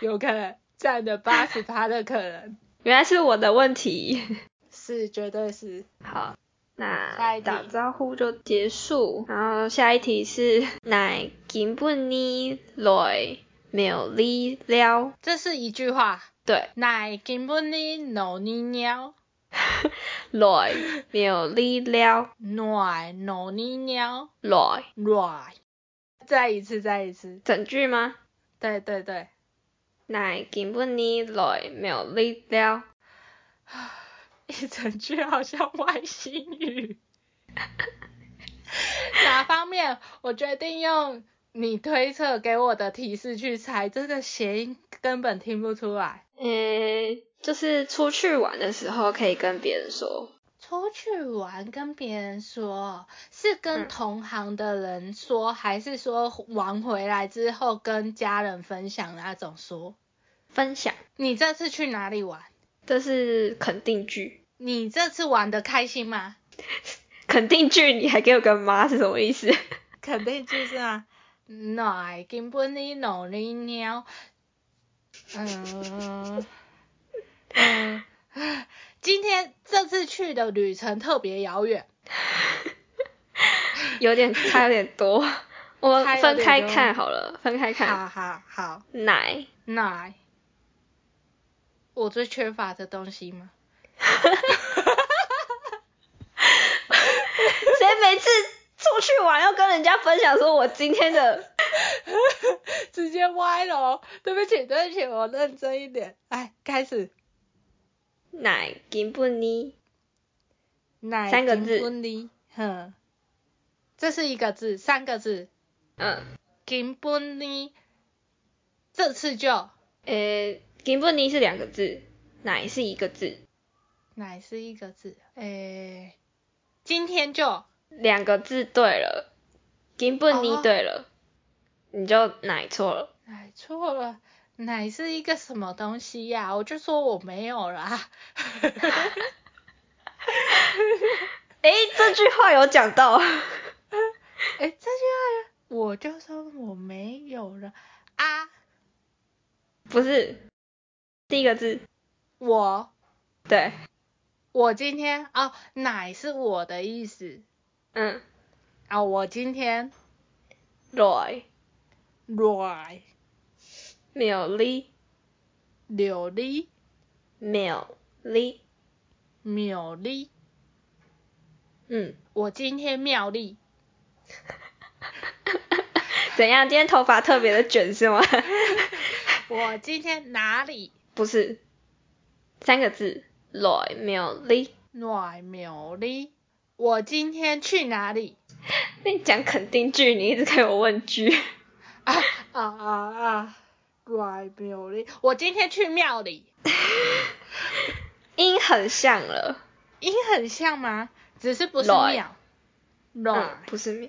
[SPEAKER 2] 有可能占了八十趴的可能，
[SPEAKER 1] 原来是我的问题。 (laughs)
[SPEAKER 2] 是绝对是。
[SPEAKER 1] 好，
[SPEAKER 2] 下
[SPEAKER 1] 那
[SPEAKER 2] 一题
[SPEAKER 1] 打招呼就结束。然后下一题是乃金不尼来苗栗了。
[SPEAKER 2] 这是一句话，
[SPEAKER 1] 对，
[SPEAKER 2] 乃金不你努你鸟，
[SPEAKER 1] 来苗栗了，
[SPEAKER 2] 乃努你鸟，
[SPEAKER 1] 来
[SPEAKER 2] 来。再一次，再一次，
[SPEAKER 1] 整句吗？
[SPEAKER 2] 对对对，
[SPEAKER 1] 乃金不尼来苗栗了。
[SPEAKER 2] 一整句好像外星语。 (laughs) 哪方面？我决定用你推测给我的提示去猜，这个谐音根本听不出来。
[SPEAKER 1] 诶，呃就是出去玩的时候可以跟别人说，
[SPEAKER 2] 出去玩跟别人说，是跟
[SPEAKER 1] 嗯
[SPEAKER 2] 同行的人说，还是说玩回来之后跟家人分享那种说？
[SPEAKER 1] 分享，
[SPEAKER 2] 你这次去哪里玩？
[SPEAKER 1] 这是肯定句。
[SPEAKER 2] 你这次玩的开心吗？
[SPEAKER 1] 肯定句你还给我个妈是什么意思？
[SPEAKER 2] 肯定就是啊， (laughs) 奶根本你脑力鸟，嗯嗯，今天这次去的旅程特别遥远，
[SPEAKER 1] (laughs) 有点差有点 (laughs) 多，我
[SPEAKER 2] 差有
[SPEAKER 1] 分
[SPEAKER 2] 点
[SPEAKER 1] 开
[SPEAKER 2] 多
[SPEAKER 1] 看好了，分开看。
[SPEAKER 2] 好好好，
[SPEAKER 1] (laughs) 奶，
[SPEAKER 2] 奶，我最缺乏的东西吗？ (laughs)
[SPEAKER 1] 谁每次出去玩要跟人家分享说我今天的，
[SPEAKER 2] (laughs) 直接歪了哦，对不起对不起，我认真一点，哎，开始，
[SPEAKER 1] (laughs) 奶根本呢？
[SPEAKER 2] 奶
[SPEAKER 1] 三个字
[SPEAKER 2] 金本利，哼，这是一个字，三个字。
[SPEAKER 1] 嗯，
[SPEAKER 2] 金本呢，这次就
[SPEAKER 1] 呃，根本呢是两个字，奶是一个字，
[SPEAKER 2] 哪是一个字？诶，今天就
[SPEAKER 1] 两个字对了，根本呢
[SPEAKER 2] 哦
[SPEAKER 1] 对了，你就奶错了。
[SPEAKER 2] 奶哎错了，奶是一个什么东西呀、我就说我没有啦。 (laughs)
[SPEAKER 1] 诶，这句话有讲到，
[SPEAKER 2] 诶，这句话我就说我没有了啊，
[SPEAKER 1] (laughs) 不是第一个字，
[SPEAKER 2] 我
[SPEAKER 1] 对，
[SPEAKER 2] 我今天哦，奶是我的意思
[SPEAKER 1] 嗯
[SPEAKER 2] 啊、我今天
[SPEAKER 1] ，Roy
[SPEAKER 2] 来
[SPEAKER 1] 没有 Lee
[SPEAKER 2] 柳力
[SPEAKER 1] 没有 Lee，
[SPEAKER 2] 秒力，
[SPEAKER 1] 嗯， (laughs)
[SPEAKER 2] 我今天妙力。
[SPEAKER 1] 怎样？今天头发特别的卷是吗？ (laughs)
[SPEAKER 2] 我今天哪里
[SPEAKER 1] 不是，三个字，Roy 没有 Lee，
[SPEAKER 2] 暖苗哩？我今天去哪里？
[SPEAKER 1] 那你讲肯定句，你一直给我问句，
[SPEAKER 2] 啊啊啊啊！暖苗哩，我今天去庙里。
[SPEAKER 1] 音很像了，
[SPEAKER 2] 音很像吗？只是不是
[SPEAKER 1] 暖
[SPEAKER 2] 庙。
[SPEAKER 1] 嗯
[SPEAKER 2] 暖，
[SPEAKER 1] 不是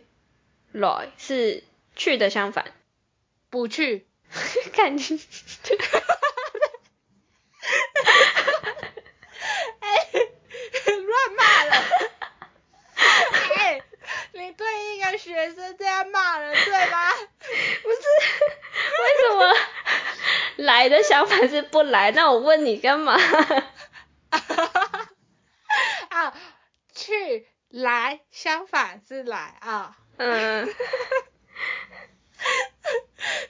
[SPEAKER 1] Roy 是去的相反， (laughs)
[SPEAKER 2] 不去。
[SPEAKER 1] 看你。 (laughs)
[SPEAKER 2] (laughs) 哎、乱骂人！哎、你对一个学生这样骂人对吗？
[SPEAKER 1] 不是，为什么来的想法是不来？那我问你干嘛？ (laughs)
[SPEAKER 2] (laughs) 啊，去来相反是来啊。 (laughs)
[SPEAKER 1] 嗯，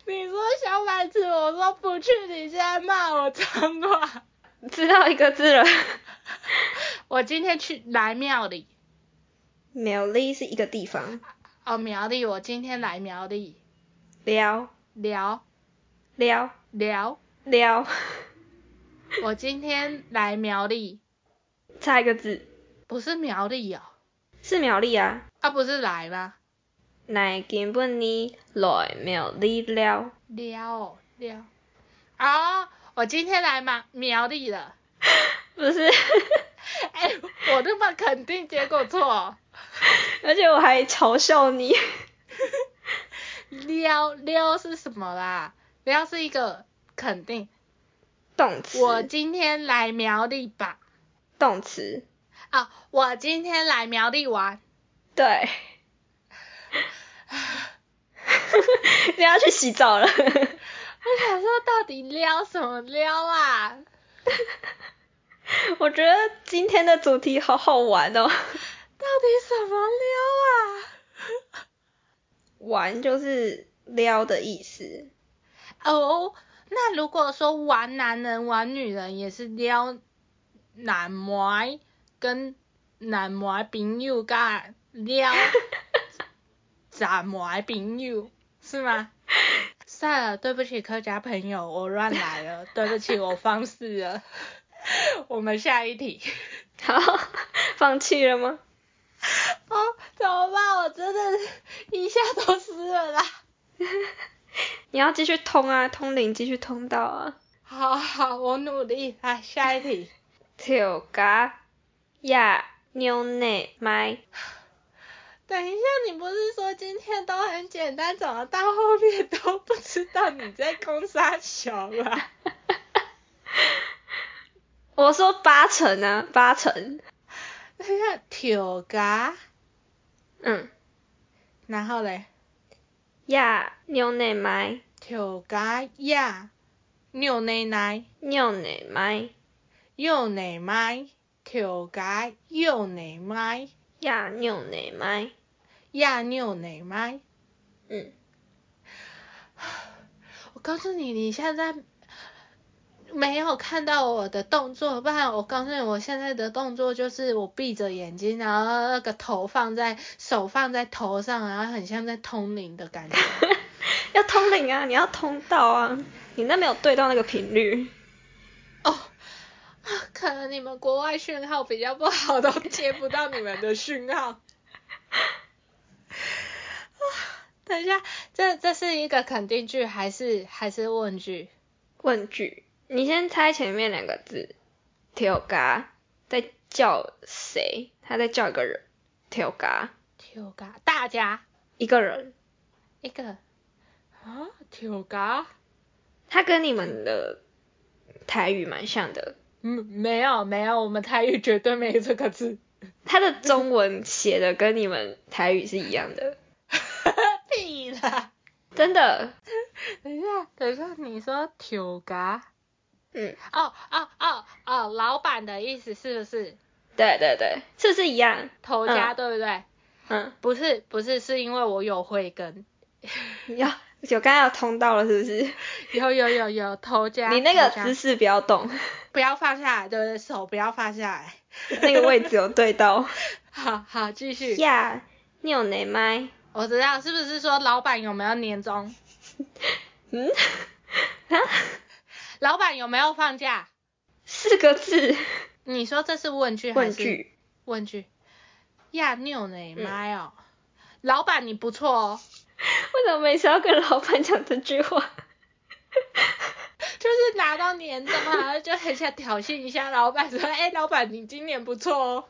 [SPEAKER 2] 你说小白子，我说不去，你现在骂我脏话。 (laughs)
[SPEAKER 1] 知道一个字了。
[SPEAKER 2] 我今天去来庙里，
[SPEAKER 1] (laughs) 苗栗是一个地方，
[SPEAKER 2] 哦，苗栗，我今天来苗栗
[SPEAKER 1] 撩
[SPEAKER 2] 聊
[SPEAKER 1] 撩
[SPEAKER 2] 聊。
[SPEAKER 1] 撩，
[SPEAKER 2] 我今天来苗栗，
[SPEAKER 1] 差一个字，
[SPEAKER 2] 不是苗栗哦，
[SPEAKER 1] 是苗栗啊。
[SPEAKER 2] 啊，不是来吗？
[SPEAKER 1] 乃根本呢来苗栗了，
[SPEAKER 2] 聊哦聊，啊、我今天来苗苗栗了。
[SPEAKER 1] 不是？
[SPEAKER 2] 哎、我那么肯定，结果错。
[SPEAKER 1] (laughs)
[SPEAKER 2] 哦
[SPEAKER 1] 而且我还嘲笑你。
[SPEAKER 2] 撩撩是什么啦？撩是一个肯定。
[SPEAKER 1] 动词，
[SPEAKER 2] 我今天来苗栗吧。
[SPEAKER 1] 动词，
[SPEAKER 2] 啊，我今天来苗栗玩。 (laughs)
[SPEAKER 1] (laughs) 对。你要去洗澡了。
[SPEAKER 2] 我想说，到底撩什么撩啊？
[SPEAKER 1] 我觉得今天的主题好好玩哦，
[SPEAKER 2] 到底什么撩啊？ (laughs)
[SPEAKER 1] 玩就是撩的意思，
[SPEAKER 2] 哦，那如果说玩男人玩女人也是撩男模跟男模朋友干撩 (laughs) 男模朋友是吗？算了，对不起客家朋友，我乱来了，对不起，我放肆了。 (laughs) 我们下一题。
[SPEAKER 1] (laughs) 好，放弃了吗？ (laughs)
[SPEAKER 2] 哦，怎么办？我真的是一下都湿了啦。
[SPEAKER 1] 你要继续通啊，通灵继续通道啊。
[SPEAKER 2] 好好，我努力。来，下一题。
[SPEAKER 1] 跳嘎呀妞内 (laughs) 麦，
[SPEAKER 2] 等一下，你不是说今天都很简单，怎么到后面都不知道你在攻杀小啊了？ (laughs)
[SPEAKER 1] 我说八成啊，八成。
[SPEAKER 2] 那叫tiểu嘎，
[SPEAKER 1] 嗯，
[SPEAKER 2] 然后嘞，
[SPEAKER 1] 呀，牛奶麦，
[SPEAKER 2] tiểu嘎呀，牛奶奶，
[SPEAKER 1] 牛奶麦，
[SPEAKER 2] 右奶麦，tiểu嘎右奶麦，
[SPEAKER 1] 呀，牛奶麦，
[SPEAKER 2] 呀牛奶麦。
[SPEAKER 1] 嗯，
[SPEAKER 2] 我告诉你，你现在没有看到我的动作，不然我告诉你，我现在的动作就是我闭着眼睛，然后那个头放在手放在头上，然后很像在通灵的感觉。
[SPEAKER 1] 要通灵啊，你要通道啊，你那没有对到那个频率。
[SPEAKER 2] 哦，可能你们国外讯号比较不好，都接不到你们的讯号。啊啊等一下，这这是一个肯定句还是还是问句？
[SPEAKER 1] 问句，你先猜前面两个字，teo ga 在叫谁？他在叫一个人，teo ga
[SPEAKER 2] 跳嘎，大家
[SPEAKER 1] 一个人，
[SPEAKER 2] 一个啊，跳嘎。
[SPEAKER 1] 他跟你们的台语蛮像的，
[SPEAKER 2] 嗯，没有没有，我们台语绝对没这个字。 (laughs)
[SPEAKER 1] 他的中文写的跟你们台语是一样的，
[SPEAKER 2] 屁啦！
[SPEAKER 1] 真的，
[SPEAKER 2] 等一下，等一下，你说跳嘎？
[SPEAKER 1] 嗯，
[SPEAKER 2] 哦哦哦哦，老板的意思是不是
[SPEAKER 1] 对对对，是不是一样？
[SPEAKER 2] 头家、
[SPEAKER 1] 嗯
[SPEAKER 2] 对不对？
[SPEAKER 1] 嗯，
[SPEAKER 2] 不是不是，是因为我有慧根。
[SPEAKER 1] 你要有刚刚有通到了是不是？
[SPEAKER 2] 有有有有头家，
[SPEAKER 1] 你那个
[SPEAKER 2] 头家
[SPEAKER 1] 姿势不要动， (laughs)
[SPEAKER 2] 不要放下来，对不对？手不要放下来。
[SPEAKER 1] 那个位置有对到。
[SPEAKER 2] 好好，继续。
[SPEAKER 1] 呀，你有奶麦？
[SPEAKER 2] 我知道，是不是说老板有没有年终？
[SPEAKER 1] 嗯， (laughs) 啊，
[SPEAKER 2] 老板有没有放假？
[SPEAKER 1] 四个 (laughs) 字
[SPEAKER 2] 你说这是问句还
[SPEAKER 1] 问
[SPEAKER 2] 是
[SPEAKER 1] 句。
[SPEAKER 2] 问句？呀，你有呢，妈哟！老板你不错哦，
[SPEAKER 1] (laughs) 为什么每次要跟老板讲这句话？
[SPEAKER 2] 就是拿到年终啊，然后就很想挑衅一下老板，说，哎、老板你今年不错哦。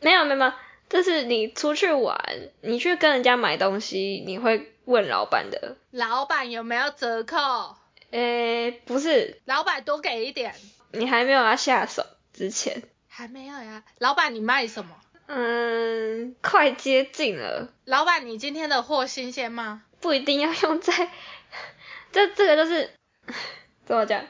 [SPEAKER 1] 没有没有没有，就是你出去玩，你去跟人家买东西，你会问老板的。
[SPEAKER 2] 老板有没有折扣？
[SPEAKER 1] 诶，不是，
[SPEAKER 2] 老板多给一点。
[SPEAKER 1] 你还没有要下手之前，
[SPEAKER 2] 还没有呀，老板你卖什么？
[SPEAKER 1] 嗯，快接近了，
[SPEAKER 2] 老板你今天的货新鲜吗？
[SPEAKER 1] 不一定要用在， (laughs) 这这个就是 (laughs) 怎么讲？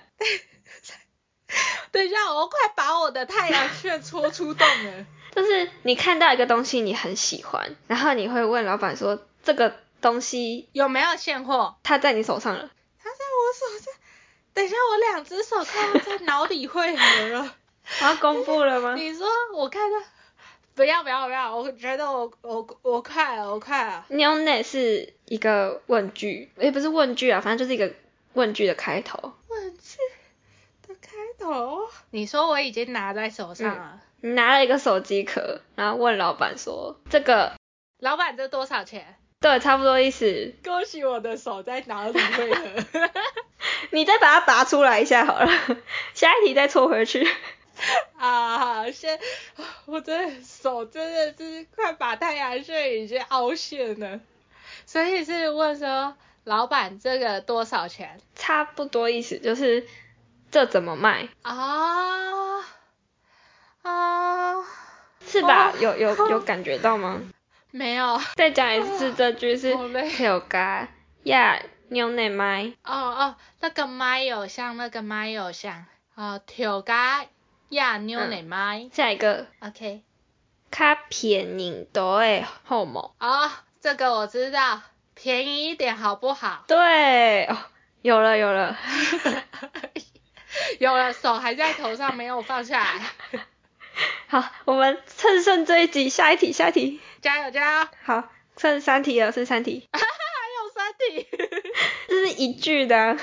[SPEAKER 2] 等一下，我快把我的太阳穴戳出洞了。
[SPEAKER 1] 就是你看到一个东西你很喜欢，然后你会问老板说这个东西
[SPEAKER 2] (laughs) 有没有现货？
[SPEAKER 1] 它在你手上了，
[SPEAKER 2] 它在我手上。等一下，我两只手快要在脑里汇合了。
[SPEAKER 1] 我要公布了 (laughs) 吗？
[SPEAKER 2] 你说我看到？不要不要不要！我觉得我我我快了，我快了。
[SPEAKER 1] 牛奶是一个问句，也不是问句啊，反正就是一个问句的开头。
[SPEAKER 2] 问句的开头，你说我已经拿在手上了。
[SPEAKER 1] 你拿了一个手机壳，然后问老板说这个
[SPEAKER 2] 老板，这多少钱？
[SPEAKER 1] 对，差不多意思。
[SPEAKER 2] 恭喜我的手在脑里汇合。
[SPEAKER 1] 你再把它拔出来一下好了， (laughs) 下一题再戳回去。
[SPEAKER 2] 啊，现我真的手真的是快把太阳穴已经凹陷了，所以是问说老板这个多少钱
[SPEAKER 1] 差不多意思就是这怎么卖？
[SPEAKER 2] 啊啊？
[SPEAKER 1] 是吧
[SPEAKER 2] 哦？
[SPEAKER 1] 有有有感觉到吗？
[SPEAKER 2] 没有哦
[SPEAKER 1] 再讲一次这句是
[SPEAKER 2] 好累
[SPEAKER 1] 有嘎呀牛奶麦
[SPEAKER 2] 哦，那个麦有像那个麦有像哦，跳嘎呀妞奶麦
[SPEAKER 1] 下一个
[SPEAKER 2] ，OK，
[SPEAKER 1] 卡便宜多诶后某
[SPEAKER 2] 哦，这个我知道，便宜一点好不好？ (laughs)
[SPEAKER 1] 对哦，有了有 (laughs) 了，
[SPEAKER 2] 有了，手还在头上没有放下来。
[SPEAKER 1] 好，我们趁胜追击，下一题下一题，
[SPEAKER 2] 加油加油！
[SPEAKER 1] 好，剩三题了，剩三题，
[SPEAKER 2] 还有三题。
[SPEAKER 1] 这是一句的啊、
[SPEAKER 2] (laughs)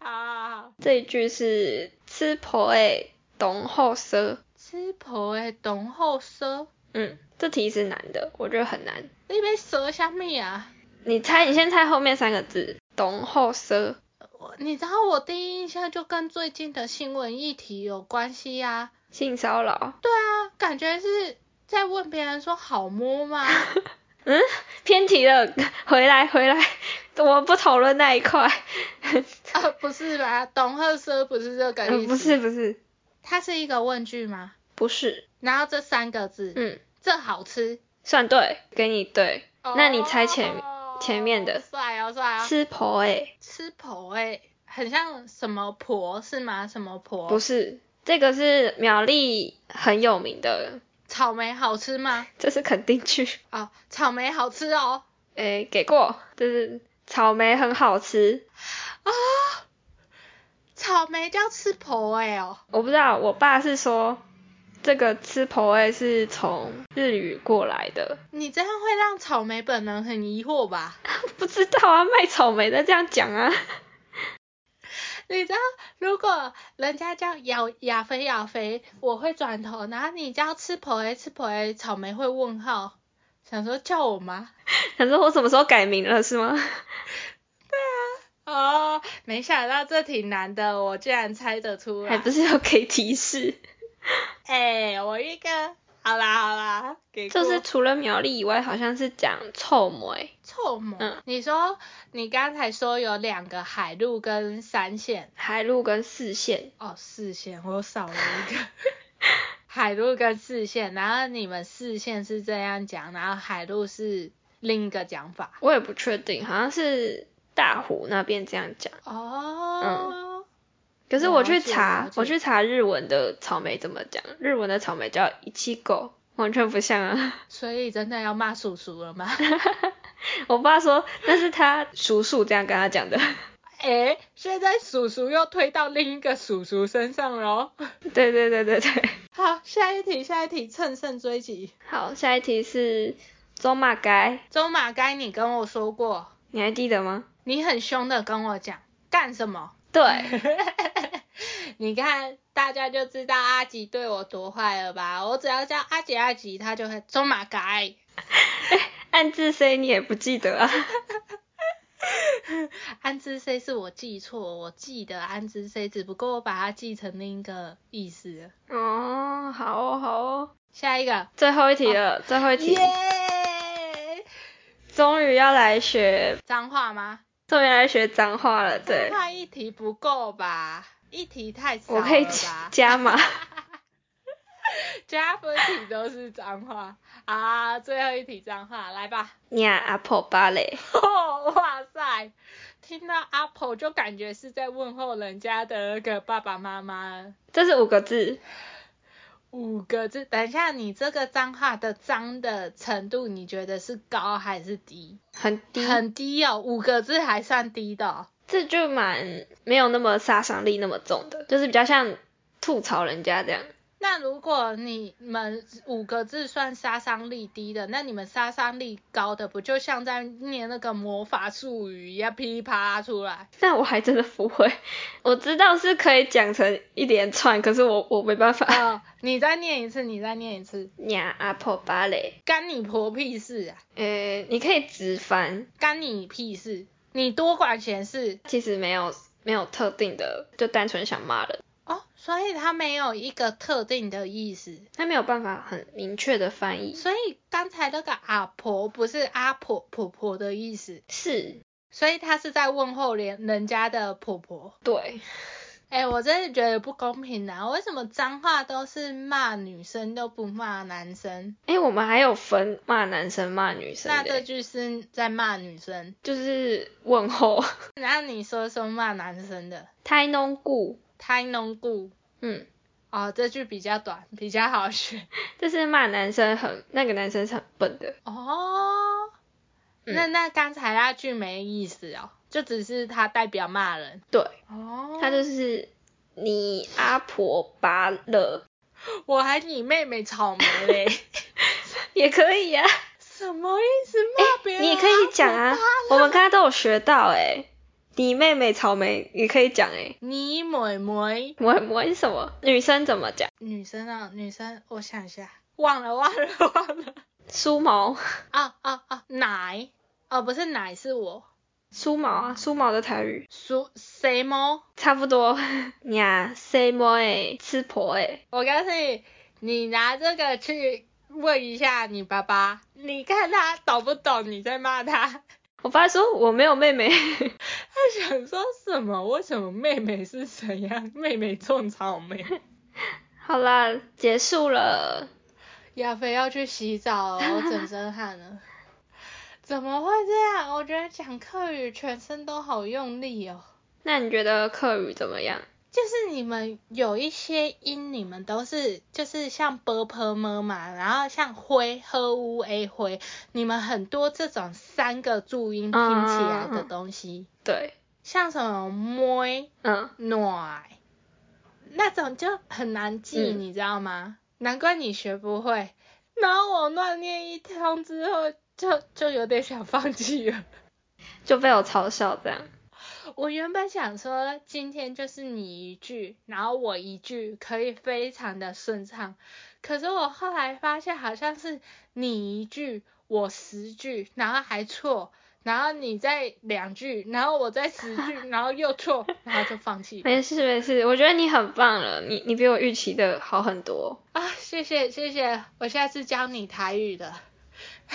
[SPEAKER 2] 好好好，
[SPEAKER 1] 这一句是吃婆诶懂后舌，
[SPEAKER 2] 吃婆诶，董后蛇，
[SPEAKER 1] 嗯，这题是难的，我觉得很难，
[SPEAKER 2] 你被蛇虾米啊？
[SPEAKER 1] 你猜，你先猜后面三个字，懂后舌，
[SPEAKER 2] 我你知道我第一印象就跟最近的新闻议题有关系啊呀、
[SPEAKER 1] 性骚扰。
[SPEAKER 2] 对啊，感觉是在问别人说好摸
[SPEAKER 1] (laughs)
[SPEAKER 2] 吗？啊
[SPEAKER 1] 嗯，偏题了，回来回来，我不讨论那一块。
[SPEAKER 2] 啊，不是吧？董后蛇不是这个
[SPEAKER 1] 嗯，
[SPEAKER 2] 意思。
[SPEAKER 1] 不是，不是，
[SPEAKER 2] 它是一个问句吗？
[SPEAKER 1] 不是，
[SPEAKER 2] 然后这三个字，
[SPEAKER 1] 嗯，
[SPEAKER 2] 这好吃。
[SPEAKER 1] 算对，给你对，那你猜前
[SPEAKER 2] 哦
[SPEAKER 1] 前面的
[SPEAKER 2] 帅哦帅哦，
[SPEAKER 1] 吃婆诶，
[SPEAKER 2] 吃婆哎，很像什么婆是吗？什么婆？
[SPEAKER 1] 不是，这个是苗栗很有名的，
[SPEAKER 2] 草莓好吃吗？
[SPEAKER 1] 这是肯定句，
[SPEAKER 2] 哦，草莓好吃哦。
[SPEAKER 1] 诶，给过，就是草莓很好吃，
[SPEAKER 2] 草莓叫吃婆哎哦，
[SPEAKER 1] 我不知道，我爸是说这个吃婆诶是从日语过来的，
[SPEAKER 2] 你这样会让草莓本人很疑惑吧？
[SPEAKER 1] 不知道啊，卖草莓的这样讲啊，
[SPEAKER 2] 你知道，如果人家叫亚亚肥亚肥，我会转头，然后你叫吃婆哎吃婆哎，草莓会问号，想说叫我吗？
[SPEAKER 1] 想说我什么时候改名了是吗？
[SPEAKER 2] 哦，没想到这挺难的，我竟然猜得出来。
[SPEAKER 1] 还不是要给提示，
[SPEAKER 2] 哎、我一个，好啦好啦，给过
[SPEAKER 1] 就是除了苗栗以外，好像是讲臭梅，
[SPEAKER 2] 臭毛。
[SPEAKER 1] 嗯
[SPEAKER 2] 你说你刚才说有两个海陆跟三线，
[SPEAKER 1] 海陆跟四线。
[SPEAKER 2] 哦，四线，我少了一个。 (laughs) 海陆跟四线，然后你们四线是这样讲，然后海陆是另一个讲法。
[SPEAKER 1] 我也不确定，好像是大湖那边这样讲。
[SPEAKER 2] 哦，
[SPEAKER 1] 可是我去
[SPEAKER 2] 了解了
[SPEAKER 1] 查
[SPEAKER 2] 解，
[SPEAKER 1] 我去查日文的草莓怎么讲，日文的草莓叫一七狗，完全不像啊！ (laughs)
[SPEAKER 2] 所以真的要骂叔叔了吗？ (laughs)
[SPEAKER 1] 我爸说那是他叔叔这样跟他讲的。 (laughs)
[SPEAKER 2] 哎，现在叔叔又推到另一个叔叔身上喽。
[SPEAKER 1] 对对对对对。
[SPEAKER 2] (laughs) 好，下一题，下一题，乘胜追击。
[SPEAKER 1] 好，下一题是走马街，
[SPEAKER 2] 周马该你跟我说过，
[SPEAKER 1] 你还记得吗？
[SPEAKER 2] 你很凶的跟我讲干什么？
[SPEAKER 1] 对，
[SPEAKER 2] (laughs) 你看大家就知道阿吉对我多坏了吧？我只要叫阿吉阿吉，他就会周马该。
[SPEAKER 1] 暗自 say 你也不记得啊。 (laughs)
[SPEAKER 2] 安之 C 是我记错，我记得安之 C，只不过我把它记成另一个意思了。
[SPEAKER 1] 哦，好哦好哦，
[SPEAKER 2] 下一个，
[SPEAKER 1] 最后一题了，最后一题
[SPEAKER 2] 哦耶，
[SPEAKER 1] 终于要来学，
[SPEAKER 2] 脏话吗？
[SPEAKER 1] 终于来学脏话了，对。
[SPEAKER 2] 怕一题不够吧？一题太少
[SPEAKER 1] 我
[SPEAKER 2] 了
[SPEAKER 1] 可以
[SPEAKER 2] 吧？
[SPEAKER 1] 加码。
[SPEAKER 2] (laughs)
[SPEAKER 1] (laughs)
[SPEAKER 2] 加分题都是脏话啊！最后一题脏话，来吧！
[SPEAKER 1] 你阿婆芭蕾，
[SPEAKER 2] 哦， (laughs) 哇塞，听到 Apple 就感觉是在问候人家的那个爸爸妈妈。
[SPEAKER 1] 这是五个字，
[SPEAKER 2] 五个字，等一下，你这个脏话的脏的程度，你觉得是高还是低？
[SPEAKER 1] 很低，
[SPEAKER 2] 很低哦，五个字还算低的哦、
[SPEAKER 1] 这就蛮没有那么杀伤力那么重的，就是比较像吐槽人家这样。
[SPEAKER 2] 那如果你们五个字算杀伤力低的，那你们杀伤力高的不就像在念那个魔法术语一样噼里啪啦出来？
[SPEAKER 1] 但我还真的不会，我知道是可以讲成一连串，可是我我没办法。 (laughs)
[SPEAKER 2] 呃，你再念一次，你再念一次，
[SPEAKER 1] 你阿婆芭蕾，
[SPEAKER 2] 干你婆屁事啊！
[SPEAKER 1] 呃，你可以直翻，
[SPEAKER 2] 干你屁事！你多管闲事
[SPEAKER 1] 其实没有没有特定的，就单纯想骂人，
[SPEAKER 2] 哦，所以它没有一个特定的意思。
[SPEAKER 1] 他没有办法很明确的翻译。
[SPEAKER 2] 所以刚才那个阿婆不是阿婆婆婆的意思，
[SPEAKER 1] 是，
[SPEAKER 2] 所以她是在问候人人家的婆婆。
[SPEAKER 1] 对，
[SPEAKER 2] 哎、我真的觉得不公平啊！为什么脏话都是骂女生，都不骂男生？
[SPEAKER 1] 哎，我们还有分骂男生骂女生
[SPEAKER 2] 那
[SPEAKER 1] 的
[SPEAKER 2] 这句是在骂女生，
[SPEAKER 1] 就是问候。 (laughs)
[SPEAKER 2] 那你说说骂男生的？
[SPEAKER 1] 胎弄故，
[SPEAKER 2] 太浓固
[SPEAKER 1] 嗯，
[SPEAKER 2] 哦，这句比较短，比较好学
[SPEAKER 1] 这是骂男生很，那个男生是很笨的，
[SPEAKER 2] 哦。
[SPEAKER 1] 嗯
[SPEAKER 2] 那那刚才那句没意思哦，就只是它代表骂人
[SPEAKER 1] 对，
[SPEAKER 2] 哦。
[SPEAKER 1] 他就是你阿婆拔了，
[SPEAKER 2] 我还你妹妹草莓
[SPEAKER 1] (laughs)
[SPEAKER 2] 嘞，
[SPEAKER 1] 也可以呀、
[SPEAKER 2] 什么意思？骂别人、
[SPEAKER 1] 哎你也可以讲啊，我们刚刚都有学到哎、你妹妹草莓也可以讲哎、
[SPEAKER 2] 你妹妹。
[SPEAKER 1] 我我是什么？女生怎么讲？
[SPEAKER 2] 女生啊，女生，我想一下，忘了，忘了，忘了。
[SPEAKER 1] 梳毛，
[SPEAKER 2] 啊啊啊！奶，哦，不是奶，是我
[SPEAKER 1] 梳毛啊，梳毛的台语
[SPEAKER 2] 苏谁么？
[SPEAKER 1] 差不多。呀，say more 哎，吃婆哎，
[SPEAKER 2] 我告诉你，你拿这个去问一下你爸爸，你看他懂不懂你在骂他？
[SPEAKER 1] 我爸说我没有妹妹， (laughs)
[SPEAKER 2] 他想说什么？为什么妹妹是怎样？妹妹种草莓？
[SPEAKER 1] 好啦，结束了。
[SPEAKER 2] (laughs) 亚飞要去洗澡哦了，我整身汗了。怎么会这样？我觉得讲课语全身都好用力哦。
[SPEAKER 1] 那你觉得课语怎么样？
[SPEAKER 2] 就是你们有一些音，你们都是就是像 b p m 嘛，然后像灰喝乌 a 灰，你们很多这种三个注音拼起来的东西，
[SPEAKER 1] 对，
[SPEAKER 2] 像什么摸、
[SPEAKER 1] 嗯，
[SPEAKER 2] 暖，那种就很难记，
[SPEAKER 1] 嗯
[SPEAKER 2] 你知道吗？难怪你学不会。然后我乱念一通之后，就就有点想放弃了。
[SPEAKER 1] 就被我嘲笑这样。
[SPEAKER 2] (laughs) 我原本想说，今天就是你一句，然后我一句，可以非常的顺畅。可是我后来发现，好像是你一句，我十句，然后还错，然后你再两句，然后我再十 (laughs) 句，然后又错，然后就放弃了
[SPEAKER 1] 没事没事，我觉得你很棒了，你你比我预期的好很多。
[SPEAKER 2] 啊！谢谢谢谢，我下次教你台语的。 (laughs)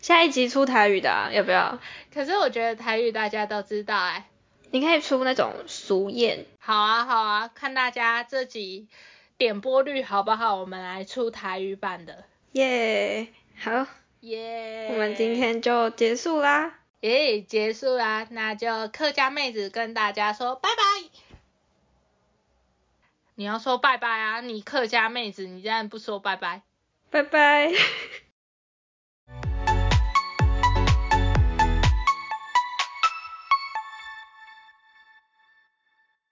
[SPEAKER 1] 下一集出台语的、啊、要不要？
[SPEAKER 2] 可是我觉得台语大家都知道哎、
[SPEAKER 1] 你可以出那种俗谚，
[SPEAKER 2] 好啊，好啊，看大家这集点播率好不好？我们来出台语版的，
[SPEAKER 1] 耶、好，
[SPEAKER 2] 耶、
[SPEAKER 1] 我们今天就结束啦，
[SPEAKER 2] 耶结束啦，那就客家妹子跟大家说拜拜。你要说拜拜啊，你客家妹子，你竟然不说拜拜。
[SPEAKER 1] 拜拜。